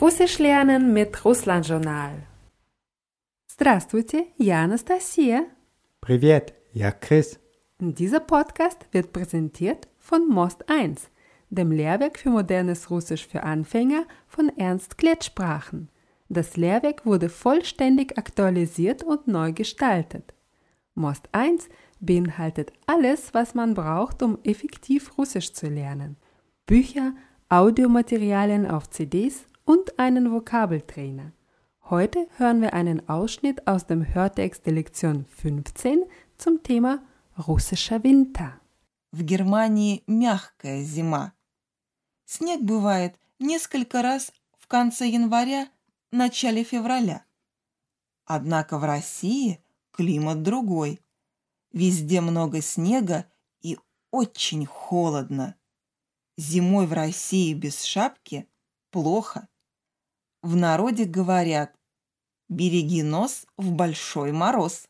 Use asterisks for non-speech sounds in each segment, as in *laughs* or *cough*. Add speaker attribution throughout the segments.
Speaker 1: Russisch lernen mit Russland Journal. Здравствуйте, я Анастасия.
Speaker 2: Привет, я Chris.
Speaker 1: Dieser Podcast wird präsentiert von Most 1, dem Lehrwerk für modernes Russisch für Anfänger von Ernst Klettsprachen. Das Lehrwerk wurde vollständig aktualisiert und neu gestaltet. Most 1 beinhaltet alles, was man braucht, um effektiv Russisch zu lernen. Bücher, Audiomaterialien auf CDs und einen Vokabeltrainer. Heute hören wir einen Ausschnitt aus dem Hörtext der Lektion 15 zum Thema russischer Winter.
Speaker 3: В Германии мягкая зима. Снег бывает несколько раз в конце января, начале февраля. Однако в России климат другой. Везде много снега и очень холодно. Зимой в России без шапки плохо. В народе говорят «береги нос в большой мороз».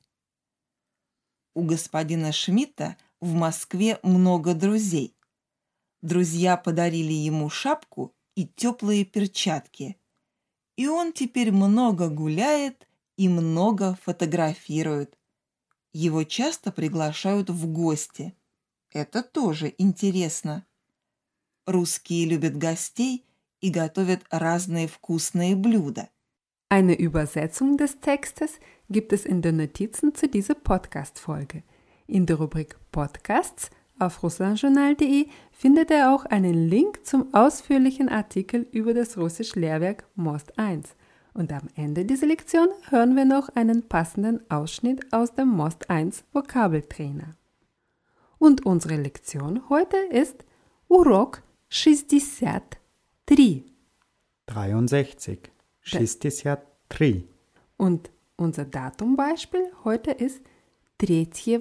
Speaker 3: У господина Шмидта в Москве много друзей. Друзья подарили ему шапку и теплые перчатки. И он теперь много гуляет и много фотографирует. Его часто приглашают в гости. Это тоже интересно. Русские любят гостей и готовят разные вкусные блюда.
Speaker 1: Eine Übersetzung des Textes gibt es in den Notizen zu dieser Podcast-Folge. In der Rubrik Podcasts auf russlandjournal.de findet ihr auch einen Link zum ausführlichen Artikel über das russisch Lehrwerk Most 1. Und am Ende dieser Lektion hören wir noch einen passenden Ausschnitt aus dem Most 1 Vokabeltrainer. Und unsere Lektion heute ist Урок 63.
Speaker 2: 63. 63.
Speaker 1: Und unser Datumbeispiel heute ist 3.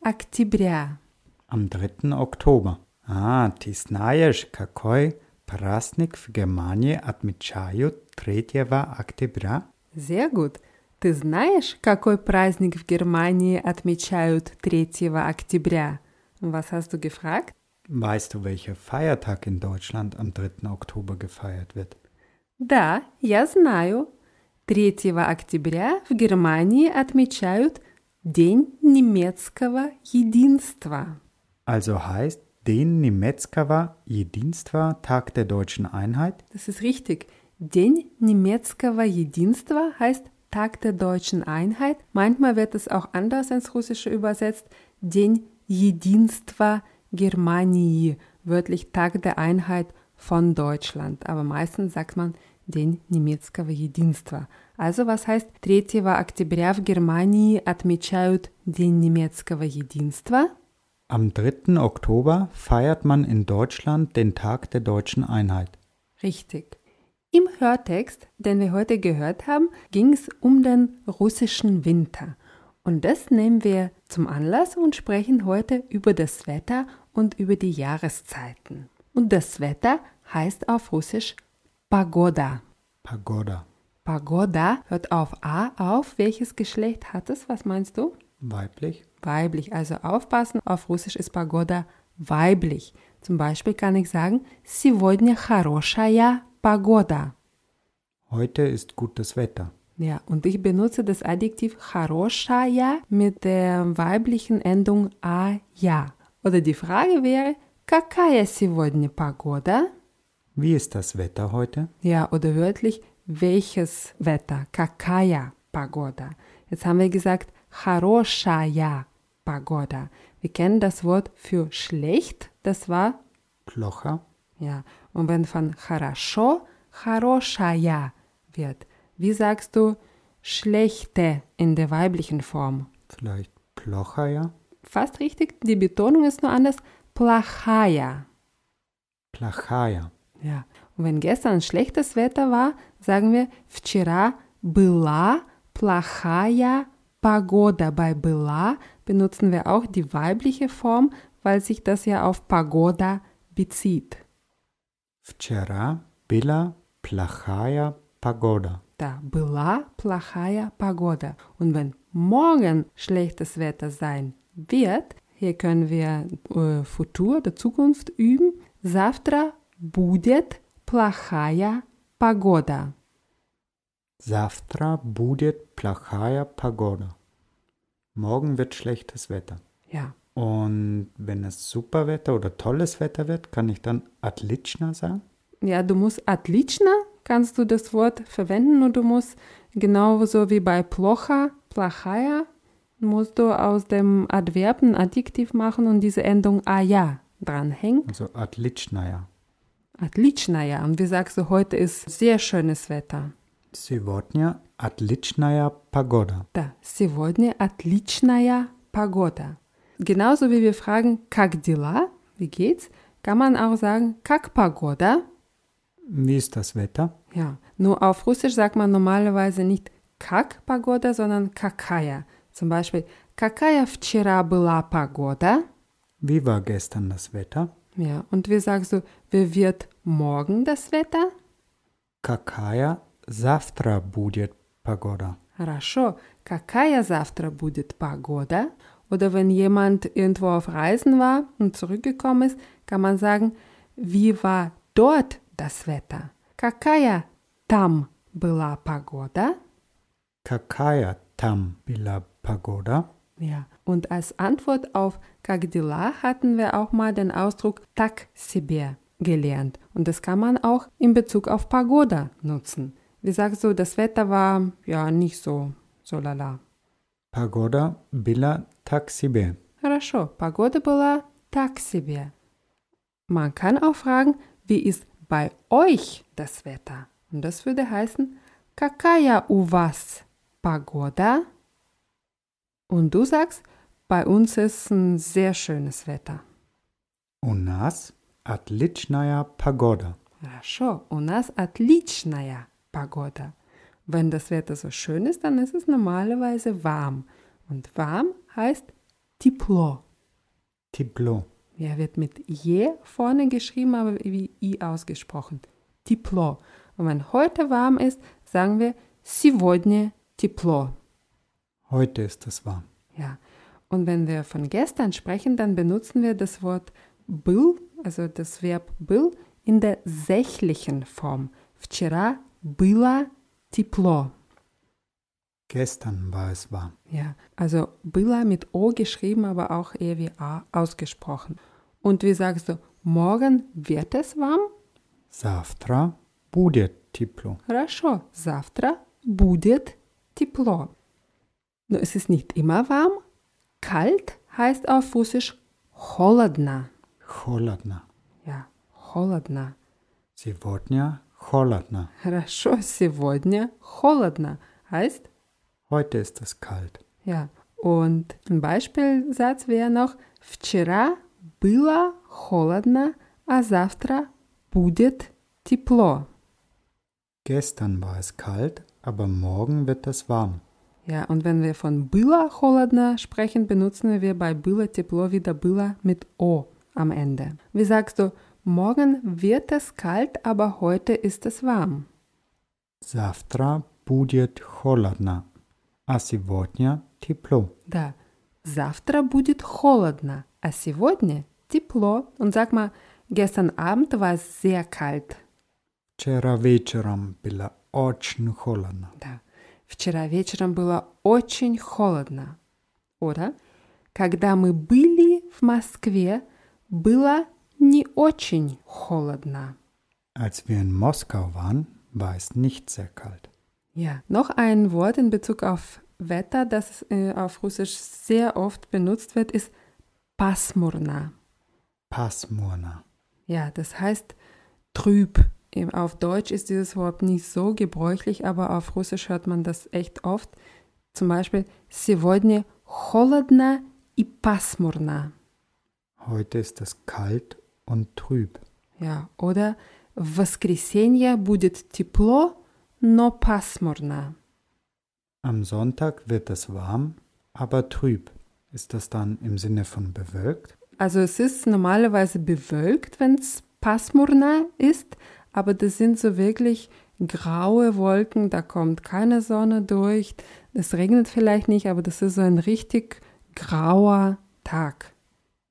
Speaker 1: октября.
Speaker 2: Am 3. Oktober. Ah, А, ты знаешь, какой праздник в Германии отмечают 3 октября?
Speaker 1: Sehr gut. Ты знаешь, какой праздник в Германии отмечают 3 октября? Was hast du gefragt?
Speaker 2: Weißt du, welcher Feiertag in Deutschland am 3. Oktober gefeiert wird?
Speaker 1: Да, я знаю. 3 октября в Германии отмечают День немецкого единства.
Speaker 2: Also heißt den Nemetzkawa Jedinstva Tag der deutschen Einheit?
Speaker 1: Das ist richtig. День немецкого единства heißt Tag der deutschen Einheit. Manchmal wird es auch anders ins Russische übersetzt. День единства Германии, wörtlich Tag der Einheit von Deutschland. Aber meistens sagt man День немецкого единства. Also was heißt 3 октября в Германии отмечают День немецкого единства?
Speaker 2: Am 3. Oktober feiert man in Deutschland den Tag der deutschen Einheit.
Speaker 1: Richtig. Im Hörtext, den wir heute gehört haben, ging es um den russischen Winter. Und das nehmen wir zum Anlass und sprechen heute über das Wetter und über die Jahreszeiten. Und das Wetter heißt auf Russisch Pagoda.
Speaker 2: Pagoda.
Speaker 1: Pagoda hört auf A auf. Welches Geschlecht hat es? Was meinst du?
Speaker 2: Weiblich.
Speaker 1: Weiblich. Also aufpassen, auf Russisch ist Pagoda weiblich. Zum Beispiel kann ich sagen, сегодня хорошая погода.
Speaker 2: Heute ist gutes Wetter.
Speaker 1: Ja, und ich benutze das Adjektiv хорошая mit der weiblichen Endung «ая». Oder die Frage wäre, какая сегодня погода?
Speaker 2: Wie ist das Wetter heute?
Speaker 1: Ja, oder wörtlich, welches Wetter? Какая погода? Jetzt haben wir gesagt, хорошая погода. Wir kennen das Wort für schlecht, das war,
Speaker 2: Plocher.
Speaker 1: ja, und wenn von хорошо, хорошая wird. Wie sagst du schlechte in der weiblichen Form?
Speaker 2: Vielleicht Plocher, ja?
Speaker 1: Fast richtig, die Betonung ist nur anders. Плохая.
Speaker 2: Plachaya.
Speaker 1: Ja. Und wenn gestern schlechtes Wetter war, sagen wir вчера была плохая погода. Bei была benutzen wir auch die weibliche Form, weil sich das ja auf Pagoda bezieht.
Speaker 2: Вчера была плохая погода.
Speaker 1: Da была плохая погода. Und wenn morgen schlechtes Wetter sein wird, hier können wir äh, Futur, der Zukunft üben. Завтра будет плохая Погода.
Speaker 2: Завтра будет плохая погода. Morgen wird schlechtes Wetter.
Speaker 1: Ja,
Speaker 2: Und wenn es super Wetter oder tolles Wetter wird, kann ich dann Atlitschna sagen?
Speaker 1: ja du musst отлично, kannst du das Wort verwenden und du musst genauso wie bei плохо, плохая, musst du aus dem Adverb ein Adjektiv machen und diese Endung ая dranhängen.
Speaker 2: Also Atlitschnaja.
Speaker 1: Отличная. Und wie sagst du, heute ist sehr schönes Wetter.
Speaker 2: Сегодня отличная погода.
Speaker 1: Да, сегодня отличная погода. Genauso wie wir fragen, как дела, wie geht's, kann man auch sagen, как погода.
Speaker 2: Wie ist das Wetter?
Speaker 1: Ja, nur auf Russisch sagt man normalerweise nicht как погода, sondern какая. Zum Beispiel, какая вчера была погода?
Speaker 2: Wie war gestern das Wetter?
Speaker 1: Ja, und wie sagst du, wie wird morgen das Wetter?
Speaker 2: Какая завтра будет погода?
Speaker 1: Хорошо. Какая завтра будет погода? Oder wenn jemand irgendwo auf Reisen war und zurückgekommen ist, kann man sagen, wie war dort das Wetter? Какая там была погода?
Speaker 2: Какая там была погода?
Speaker 1: Ja. Und als Antwort auf как дела hatten wir auch mal den Ausdruck так себе gelernt. Und das kann man auch in Bezug auf Pagoda nutzen. Wie sagst du, das Wetter war ja nicht so, so lala.
Speaker 2: Погода была так себе.
Speaker 1: Хорошо, погода была так себе. Man kann auch fragen, wie ist bei euch das Wetter? Und das würde heißen, какая у вас погода? Und du sagst, bei uns ist ein sehr schönes Wetter.
Speaker 2: У нас отличная погода.
Speaker 1: Хорошо, у нас отличная погода. Wenn das Wetter so schön ist, dann ist es normalerweise warm. Und warm heißt тепло.
Speaker 2: Тепло.
Speaker 1: Ja, wird mit je vorne geschrieben, aber wie i ausgesprochen. Тепло. Und wenn heute warm ist, sagen wir сегодня тепло.
Speaker 2: Heute ist es warm.
Speaker 1: Ja. Und wenn wir von gestern sprechen, dann benutzen wir das Wort был, also das Verb был, in der sächlichen Form. Вчера было тепло.
Speaker 2: Gestern war es warm.
Speaker 1: Ja, also Billa mit O geschrieben, aber auch eher wie A ausgesprochen. Und wie sagst du, morgen wird es warm?
Speaker 2: Завтра будет тепло.
Speaker 1: Хорошо, завтра будет тепло. Nur es ist nicht immer warm. Kalt heißt auf Russisch холодно.
Speaker 2: Холодно.
Speaker 1: Ja, холодно.
Speaker 2: Сегодня холодно.
Speaker 1: Хорошо, сегодня холодно heißt
Speaker 2: Heute ist es kalt.
Speaker 1: Ja, und ein Beispielsatz wäre noch Вчера было холодно, а завтра будет тепло.
Speaker 2: Gestern war es kalt, aber morgen wird es warm.
Speaker 1: Ja, und wenn wir von было холодно sprechen, benutzen wir bei было тепло wieder было mit o am Ende. Wie sagst du, morgen wird es kalt, aber heute ist es warm.
Speaker 2: Завтра будет холодно, а сегодня тепло.
Speaker 1: Да. Завтра будет холодно, а сегодня тепло. Und sag mal, gestern Abend war es sehr kalt.
Speaker 2: Вчера вечером было очень холодно.
Speaker 1: Да. Вчера вечером было очень холодно. Ура. Когда мы были в Москве, было не очень холодно.
Speaker 2: Als wir in Moskau waren, war es nicht sehr kalt.
Speaker 1: Ja, noch ein Wort in Bezug auf Wetter, das äh, auf Russisch sehr oft benutzt wird, ist pasmurna.
Speaker 2: Пасмурно.
Speaker 1: Ja, das heißt trüb. Im- Auf Deutsch ist dieses Wort nicht so gebräuchlich, aber auf Russisch hört man das echt oft. Zum Beispiel сегодня холодно и пасмурно.
Speaker 2: Heute ist es kalt und trüb.
Speaker 1: Ja, oder в воскресенье будет тепло, но пасмурно.
Speaker 2: Am Sonntag wird es warm, aber trüb. Ist das dann im Sinne von bewölkt?
Speaker 1: Also es ist normalerweise bewölkt, wenn es Pasmurna ist, aber das sind so wirklich graue Wolken, da kommt keine Sonne durch, es regnet vielleicht nicht, aber das ist so ein richtig grauer Tag.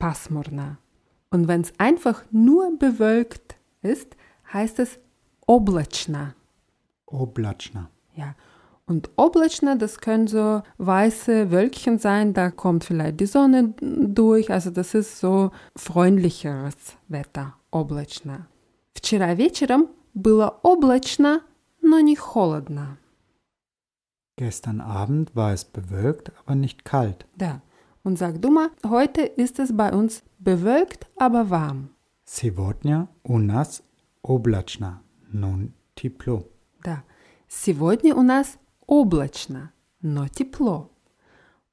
Speaker 1: Pasmurna. Und wenn es einfach nur bewölkt ist, heißt es Oblачно.
Speaker 2: Oh, Oblaczna.
Speaker 1: Ja. Und Oblачно, das können so weiße Wölkchen sein, da kommt vielleicht die Sonne durch, also das ist so freundlicheres Wetter, облачно. Вчера вечером было облачно, но не холодно.
Speaker 2: Gestern Abend war es bewölkt, aber nicht kalt.
Speaker 1: Да. Und sag du mal, heute ist es bei uns bewölkt, aber warm.
Speaker 2: Сегодня у нас oh, облачно, но тепло.
Speaker 1: Да. Сегодня у нас облачно, но тепло.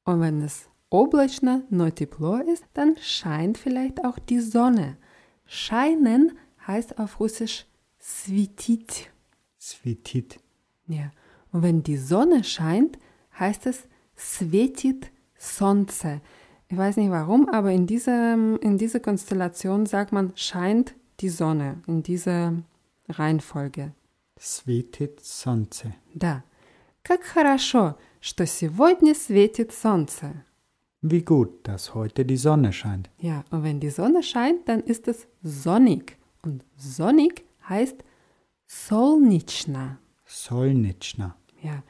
Speaker 1: Und wenn es облачно, но тепло ist, dann scheint vielleicht auch die Sonne. Scheinen heißt auf Russisch светить.
Speaker 2: Светит.
Speaker 1: Ja. Und wenn die Sonne scheint, heißt es светит солнце. Ich weiß nicht warum, aber in dieser, in dieser Konstellation sagt man scheint die Sonne, in dieser Reihenfolge.
Speaker 2: Светит солнце.
Speaker 1: Да. Как хорошо, что сегодня светит солнце.
Speaker 2: Wie gut, dass heute die Sonne scheint.
Speaker 1: Ja, und wenn die Sonne scheint, dann ist es sonnig. Und sonnig heißt солнечно.
Speaker 2: Solnitschna.
Speaker 1: Ja,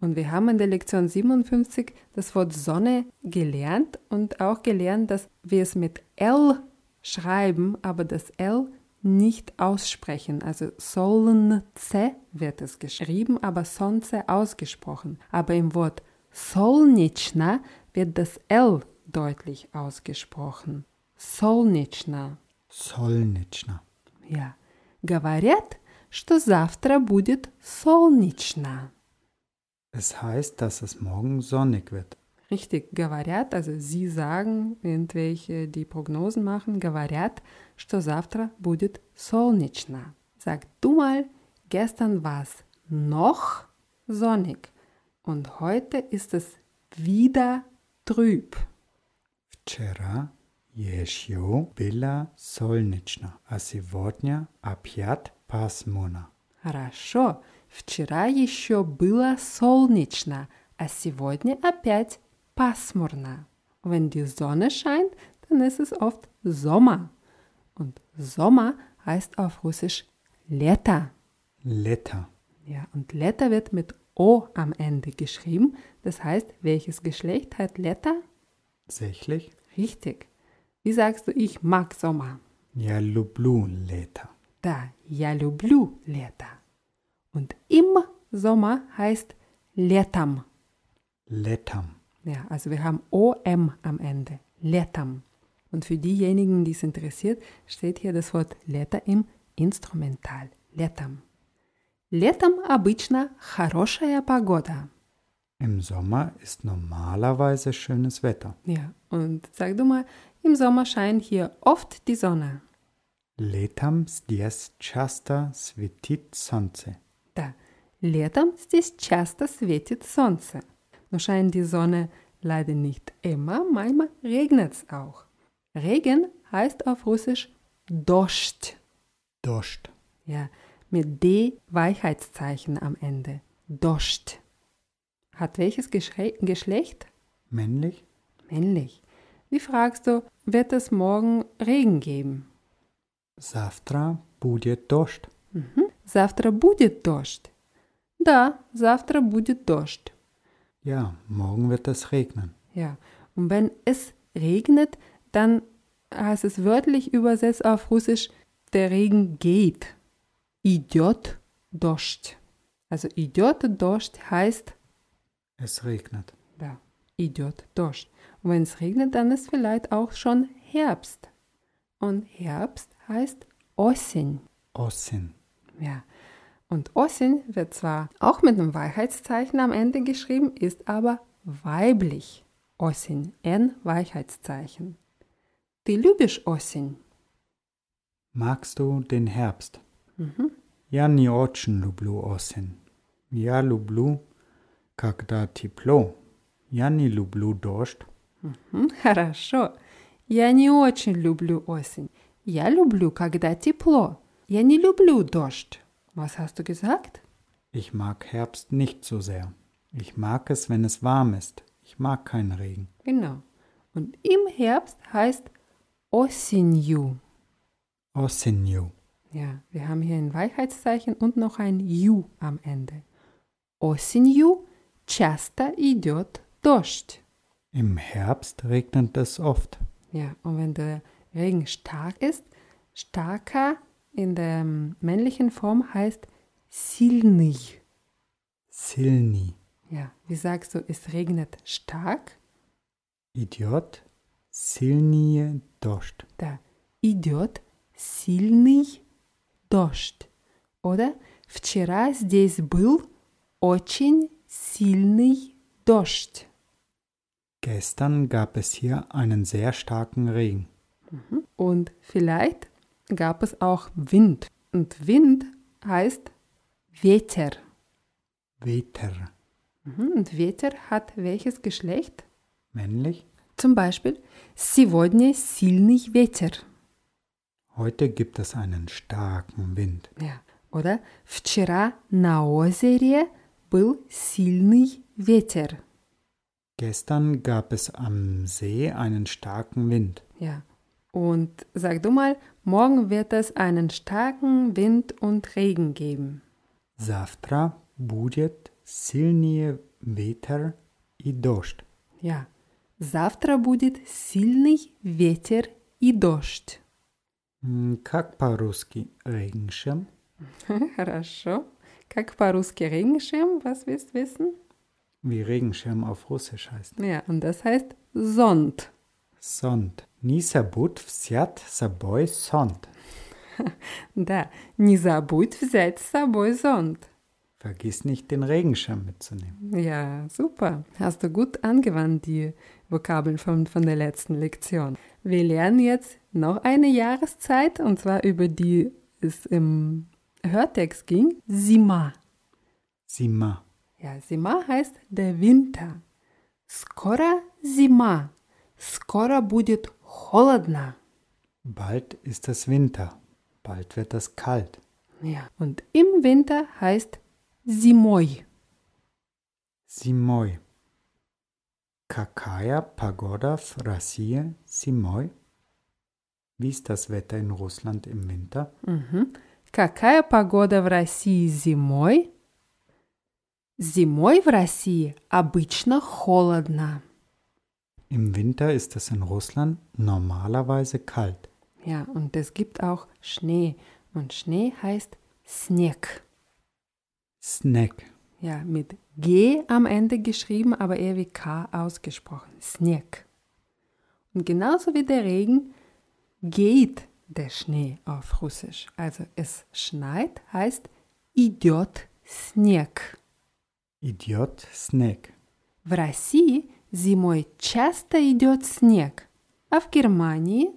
Speaker 1: und wir haben in der Lektion 57 das Wort Sonne gelernt und auch gelernt, dass wir es mit L schreiben, aber das L nicht aussprechen. Also Solnce wird es geschrieben, aber Sonze ausgesprochen. Aber im Wort Solnitschna wird das L deutlich ausgesprochen. Solnitschna.
Speaker 2: Solnitschna.
Speaker 1: Ja. Говорят, что завтра будет солнечно.
Speaker 2: Es heißt, dass es morgen sonnig wird.
Speaker 1: Richtig, говорят, also sie sagen, irgendwelche, die Prognosen machen, говорят, что завтра будет солнечно. Sag du mal, gestern war es noch sonnig und heute ist es wieder trüb.
Speaker 2: Вчера еще была солнечно, а сегодня опять пасмурно.
Speaker 1: Хорошо, вчера еще было солнечно, а сегодня опять пасмурно. Wenn die Sonne scheint, dann ist es oft Sommer. Und Sommer heißt auf Russisch Leta.
Speaker 2: Letter.
Speaker 1: Ja, und Leta wird mit O am Ende geschrieben. Das heißt, welches Geschlecht hat Leta?
Speaker 2: Tatsächlich?
Speaker 1: Richtig. Wie sagst du, ich mag Sommer?
Speaker 2: Я люблю лето.
Speaker 1: Да, я люблю лето. Und im Sommer heißt летом.
Speaker 2: Летом.
Speaker 1: Ja, also wir haben OM am Ende. Letam. Und für diejenigen, die es interessiert, steht hier das Wort Letter im Instrumental. Letam. Летом обычно хорошая погода.
Speaker 2: Im Sommer ist normalerweise schönes Wetter.
Speaker 1: Ja, und sag du mal, im Sommer scheint hier oft die Sonne.
Speaker 2: Летом здесь часто светит солнце.
Speaker 1: Да, летом здесь часто светит солнце. Но scheint die Sonne leider nicht immer, manchmal regnet's auch. Regen heißt auf Russisch Dost.
Speaker 2: Дождь.
Speaker 1: Ja, mit D Weichheitszeichen am Ende. Dost. Hat welches Geschre Geschlecht?
Speaker 2: Männlich?
Speaker 1: Männlich. Wie fragst du, wird es morgen Regen geben?
Speaker 2: Завтра будет дождь.
Speaker 1: Mhm. Завтра будет дождь. Да, завтра будет дождь.
Speaker 2: Ja, morgen wird es regnen.
Speaker 1: Ja, und wenn es regnet, dann heißt es wörtlich übersetzt auf Russisch, der Regen geht. Идет дождь. Also идет дождь heißt,
Speaker 2: Es regnet.
Speaker 1: да, идет дождь. Und wenn es regnet, dann ist vielleicht auch schon Herbst. Und Herbst heißt Осень.
Speaker 2: Осень.
Speaker 1: Ja. Und Ossin wird zwar auch mit einem Weichheitszeichen am Ende geschrieben, ist aber weiblich. Ossin, N Weichheitszeichen. Ты любишь осень?
Speaker 2: Magst du den Herbst? Я не очень люблю осень. Я люблю, когда тепло. Я не люблю дождь.
Speaker 1: М, Hm? *laughs* Хорошо. Я не очень люблю осень. Я люблю, когда тепло. Я не люблю дождь. Was hast du gesagt?
Speaker 2: Ich mag Herbst nicht so sehr. Ich mag es, wenn es warm ist. Ich mag keinen Regen.
Speaker 1: Genau. Und im Herbst heißt осенью.
Speaker 2: Осенью.
Speaker 1: Ja, wir haben hier ein Weichheitszeichen und noch ein Ju am Ende. Осенью часто идет дождь.
Speaker 2: Im Herbst regnet es oft.
Speaker 1: Ja, und wenn der Regen stark ist, starker in der ähm, männlichen Form heißt сильный.
Speaker 2: Silni.
Speaker 1: Ja, wie sagst du, es regnet stark?
Speaker 2: Idiot. Silnie Dost.
Speaker 1: Да, идет сильный дождь. Oder? Вчера здесь был очень сильный дождь.
Speaker 2: Gestern gab es hier einen sehr starken Regen.
Speaker 1: Und vielleicht gab es auch Wind. Und Wind heißt Wetter.
Speaker 2: Wetter.
Speaker 1: Mhm, Und Wetter hat welches Geschlecht?
Speaker 2: Männlich.
Speaker 1: Zum Beispiel сегодня сильный ветер.
Speaker 2: Heute gibt es einen starken Wind.
Speaker 1: Ja. Oder вчера на озере был сильный ветер.
Speaker 2: Gestern gab es am See einen starken Wind.
Speaker 1: Ja. Und sag du mal, morgen wird es einen starken Wind und Regen geben.
Speaker 2: Завтра будет сильнее ветер и дождь.
Speaker 1: Ja. Завтра будет сильный ветер и дождь. *laughs*
Speaker 2: М, Как по-русски Hm, Regenschirm?
Speaker 1: Хорошо. Как по-русски Regenschirm? Was willst du wissen?
Speaker 2: Wie Regenschirm auf Russisch heißt.
Speaker 1: Ja, und das heißt Sond.
Speaker 2: Сонт. Не забудь взять с собой сонт.
Speaker 1: Да, не забудь взять с собой зонт.
Speaker 2: Vergiss nicht, den Regenschirm mitzunehmen.
Speaker 1: Ja, super. Hast du gut angewandt die Vokabeln von, von der letzten Lektion. Wir lernen jetzt noch eine Jahreszeit und zwar über die es im Hörtext ging. Zima.
Speaker 2: Зима.
Speaker 1: Ja, Zima heißt der Winter. Skora Zima. Skora будет холодно.
Speaker 2: Bald ist es Winter. Bald wird es kalt.
Speaker 1: Ja, und im Winter heißt Zimoi.
Speaker 2: Зимой. Какая погода в России зимой? Wie ist das Wetter in Russland im Winter?
Speaker 1: Мгм. Какая погода в России зимой? Зимой в России обычно холодно.
Speaker 2: Im Winter ist es in Russland normalerweise kalt.
Speaker 1: Ja, und es gibt auch Schnee. Und Schnee heißt Снег.
Speaker 2: Snack.
Speaker 1: Ja, mit G am Ende geschrieben, aber eher wie K ausgesprochen. Снег. Und genauso wie der Regen geht der Schnee auf Russisch. Also es schneit heißt идет снег.
Speaker 2: Idiot Snack.
Speaker 1: В России зимой часто идет снег, а в Германии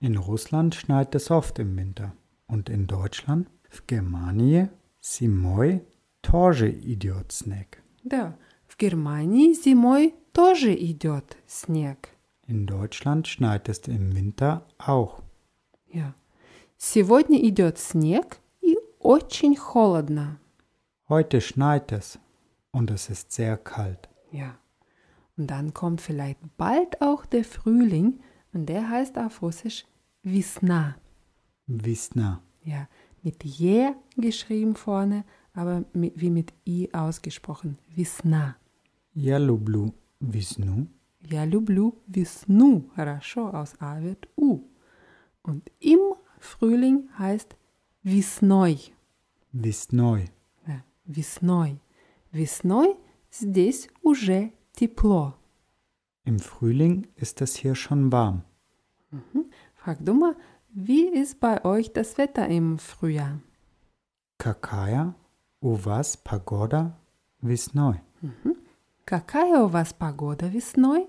Speaker 2: In Russland schneit es oft im Winter. Und in Deutschland, в Germanie, зимой тоже Idiot Snack.
Speaker 1: да, в Германии зимой тоже идет снег.
Speaker 2: In Deutschland schneit es im Winter auch.
Speaker 1: Ja. Сегодня идет снег и очень холодно.
Speaker 2: Heute schneit es und es ist sehr kalt.
Speaker 1: Ja. Und dann kommt vielleicht bald auch der Frühling und der heißt auf Russisch Весна.
Speaker 2: Wisna.
Speaker 1: Ja, mit je geschrieben vorne, aber mi- wie mit i ausgesprochen. Весна.
Speaker 2: Я люблю весну.
Speaker 1: Я люблю весну. Хорошо, aus A wird U. Und im Frühling heißt весной.
Speaker 2: Весной.
Speaker 1: Да, Весной. Весной здесь уже тепло.
Speaker 2: Im Frühling ist es hier schon warm.
Speaker 1: Frag du mal, wie ist bei euch das Wetter im Frühjahr?
Speaker 2: Какая у вас погода весной?
Speaker 1: Какая у вас погода весной?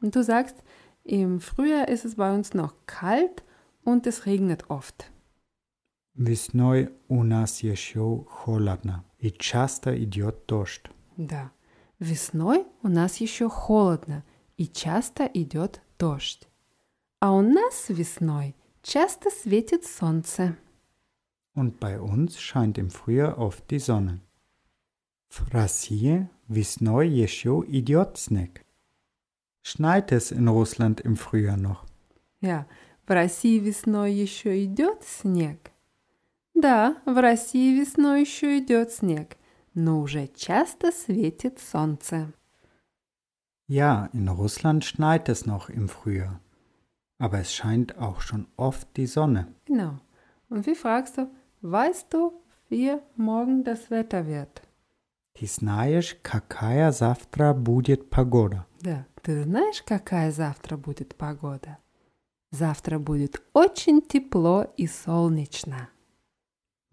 Speaker 1: Und du sagst, im Frühjahr ist es bei uns noch kalt und es regnet oft.
Speaker 2: Весной у нас еще холодно и часто идет дождь.
Speaker 1: Да. Весной у нас еще холодно и часто идет дождь. А у нас весной часто светит солнце.
Speaker 2: Und bei uns scheint im Frühjahr oft die Sonne. В России весной еще идет снег. Schneit es in Russland im Frühjahr noch?
Speaker 1: Ja, в России весной еще идет снег, Да, в России весной еще идет снег, но уже часто светит солнце.
Speaker 2: Ja, in Russland schneit es noch im Frühjahr. Aber es scheint auch schon oft die Sonne.
Speaker 1: Genau. Und wie fragst du, weißt du, wie morgen das Wetter wird?
Speaker 2: Ты знаешь, какая завтра будет погода?
Speaker 1: Да, ты знаешь, какая завтра будет погода? Завтра будет очень тепло и солнечно.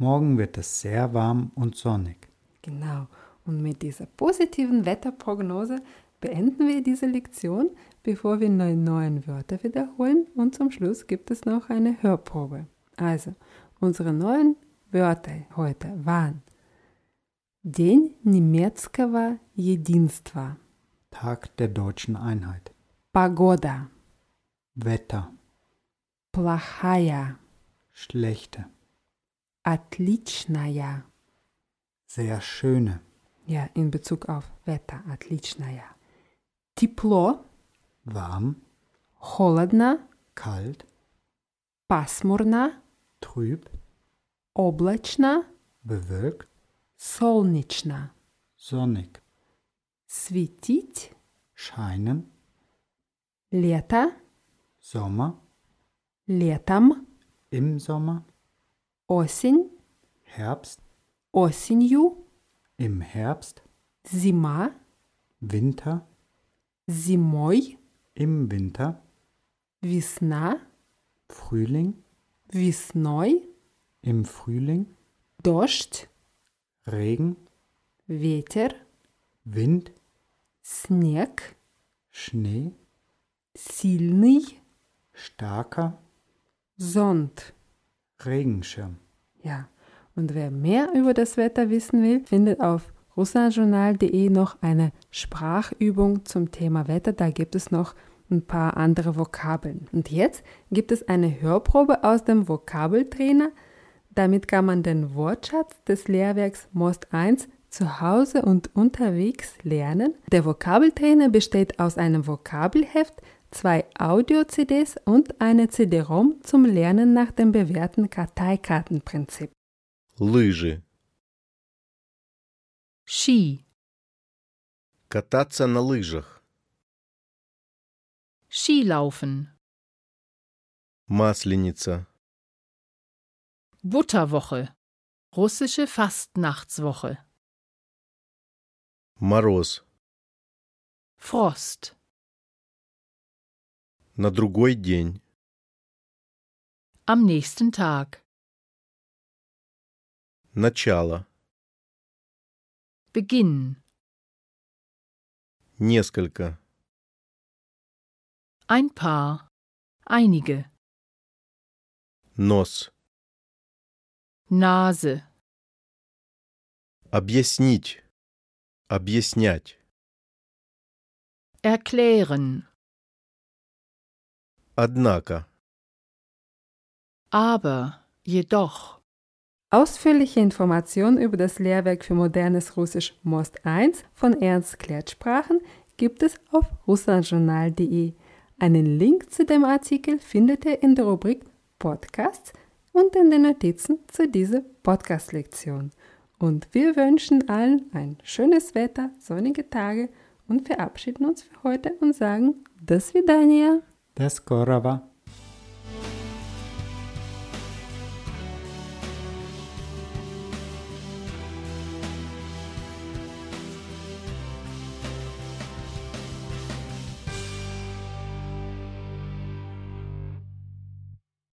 Speaker 2: Morgen wird es sehr warm und sonnig.
Speaker 1: Genau. Und mit dieser positiven Wetterprognose beenden wir diese Lektion, bevor wir die neuen Wörter wiederholen. Und zum Schluss gibt es noch eine Hörprobe. Also, unsere neuen Wörter heute waren День немецкого единства,
Speaker 2: Tag der deutschen Einheit.
Speaker 1: погода,
Speaker 2: Wetter.
Speaker 1: плохая,
Speaker 2: Schlechte.
Speaker 1: отличная.
Speaker 2: Sehr schöne.
Speaker 1: Ja, in Bezug auf Wetter, отличная. Тепло,
Speaker 2: Warm.
Speaker 1: холодно,
Speaker 2: Kalt.
Speaker 1: пасмурно,
Speaker 2: Trüb.
Speaker 1: облачно,
Speaker 2: Bewölkt.
Speaker 1: солнечно.
Speaker 2: Sonnig.
Speaker 1: Светить,
Speaker 2: Scheinen.
Speaker 1: лето,
Speaker 2: Sommer.
Speaker 1: летом,
Speaker 2: Im Sommer.
Speaker 1: осень,
Speaker 2: Herbst.
Speaker 1: осенью,
Speaker 2: Im Herbst.
Speaker 1: зима,
Speaker 2: Winter.
Speaker 1: зимой,
Speaker 2: Im Winter.
Speaker 1: весна,
Speaker 2: Frühling.
Speaker 1: весной,
Speaker 2: Im Frühling.
Speaker 1: дождь,
Speaker 2: Regen.
Speaker 1: ветер,
Speaker 2: Wind.
Speaker 1: снег,
Speaker 2: Schnee.
Speaker 1: сильный,
Speaker 2: Starker.
Speaker 1: зонт.
Speaker 2: Regenschirm.
Speaker 1: Ja, und wer mehr über das Wetter wissen will, findet auf russlandjournal.de noch eine Sprachübung zum Thema Wetter. Da gibt es noch ein paar andere Vokabeln. Und jetzt gibt es eine Hörprobe aus dem Vokabeltrainer. Damit kann man den Wortschatz des Lehrwerks Most 1 zu Hause und unterwegs lernen. Der Vokabeltrainer besteht aus einem Vokabelheft, zwei Audio-CDs und einer CD-ROM zum Lernen nach dem bewährten Karteikartenprinzip.
Speaker 4: лыжи,
Speaker 5: ski,
Speaker 4: кататься на лыжах,
Speaker 5: Skilaufen,
Speaker 4: масленица,
Speaker 5: Butterwoche, russische Fastnachtswoche,
Speaker 4: мороз,
Speaker 5: Frost,
Speaker 4: на другой день,
Speaker 5: am nächsten Tag,
Speaker 4: начало,
Speaker 5: Beginn,
Speaker 4: несколько,
Speaker 5: ein paar, einige,
Speaker 4: нос,
Speaker 5: Nase,
Speaker 4: объяснить, объяснять,
Speaker 5: erklären,
Speaker 4: однако,
Speaker 5: aber, jedoch,
Speaker 1: Ausführliche Informationen über das Lehrwerk für modernes Russisch Most 1 von Ernst Klertsprachen gibt es auf russlandjournal.de. Einen Link zu dem Artikel findet ihr in der Rubrik Podcasts und in den Notizen zu dieser Podcast-Lektion. Und wir wünschen allen ein schönes Wetter, sonnige Tage und verabschieden uns für heute und sagen До свидания!
Speaker 2: Deskorava.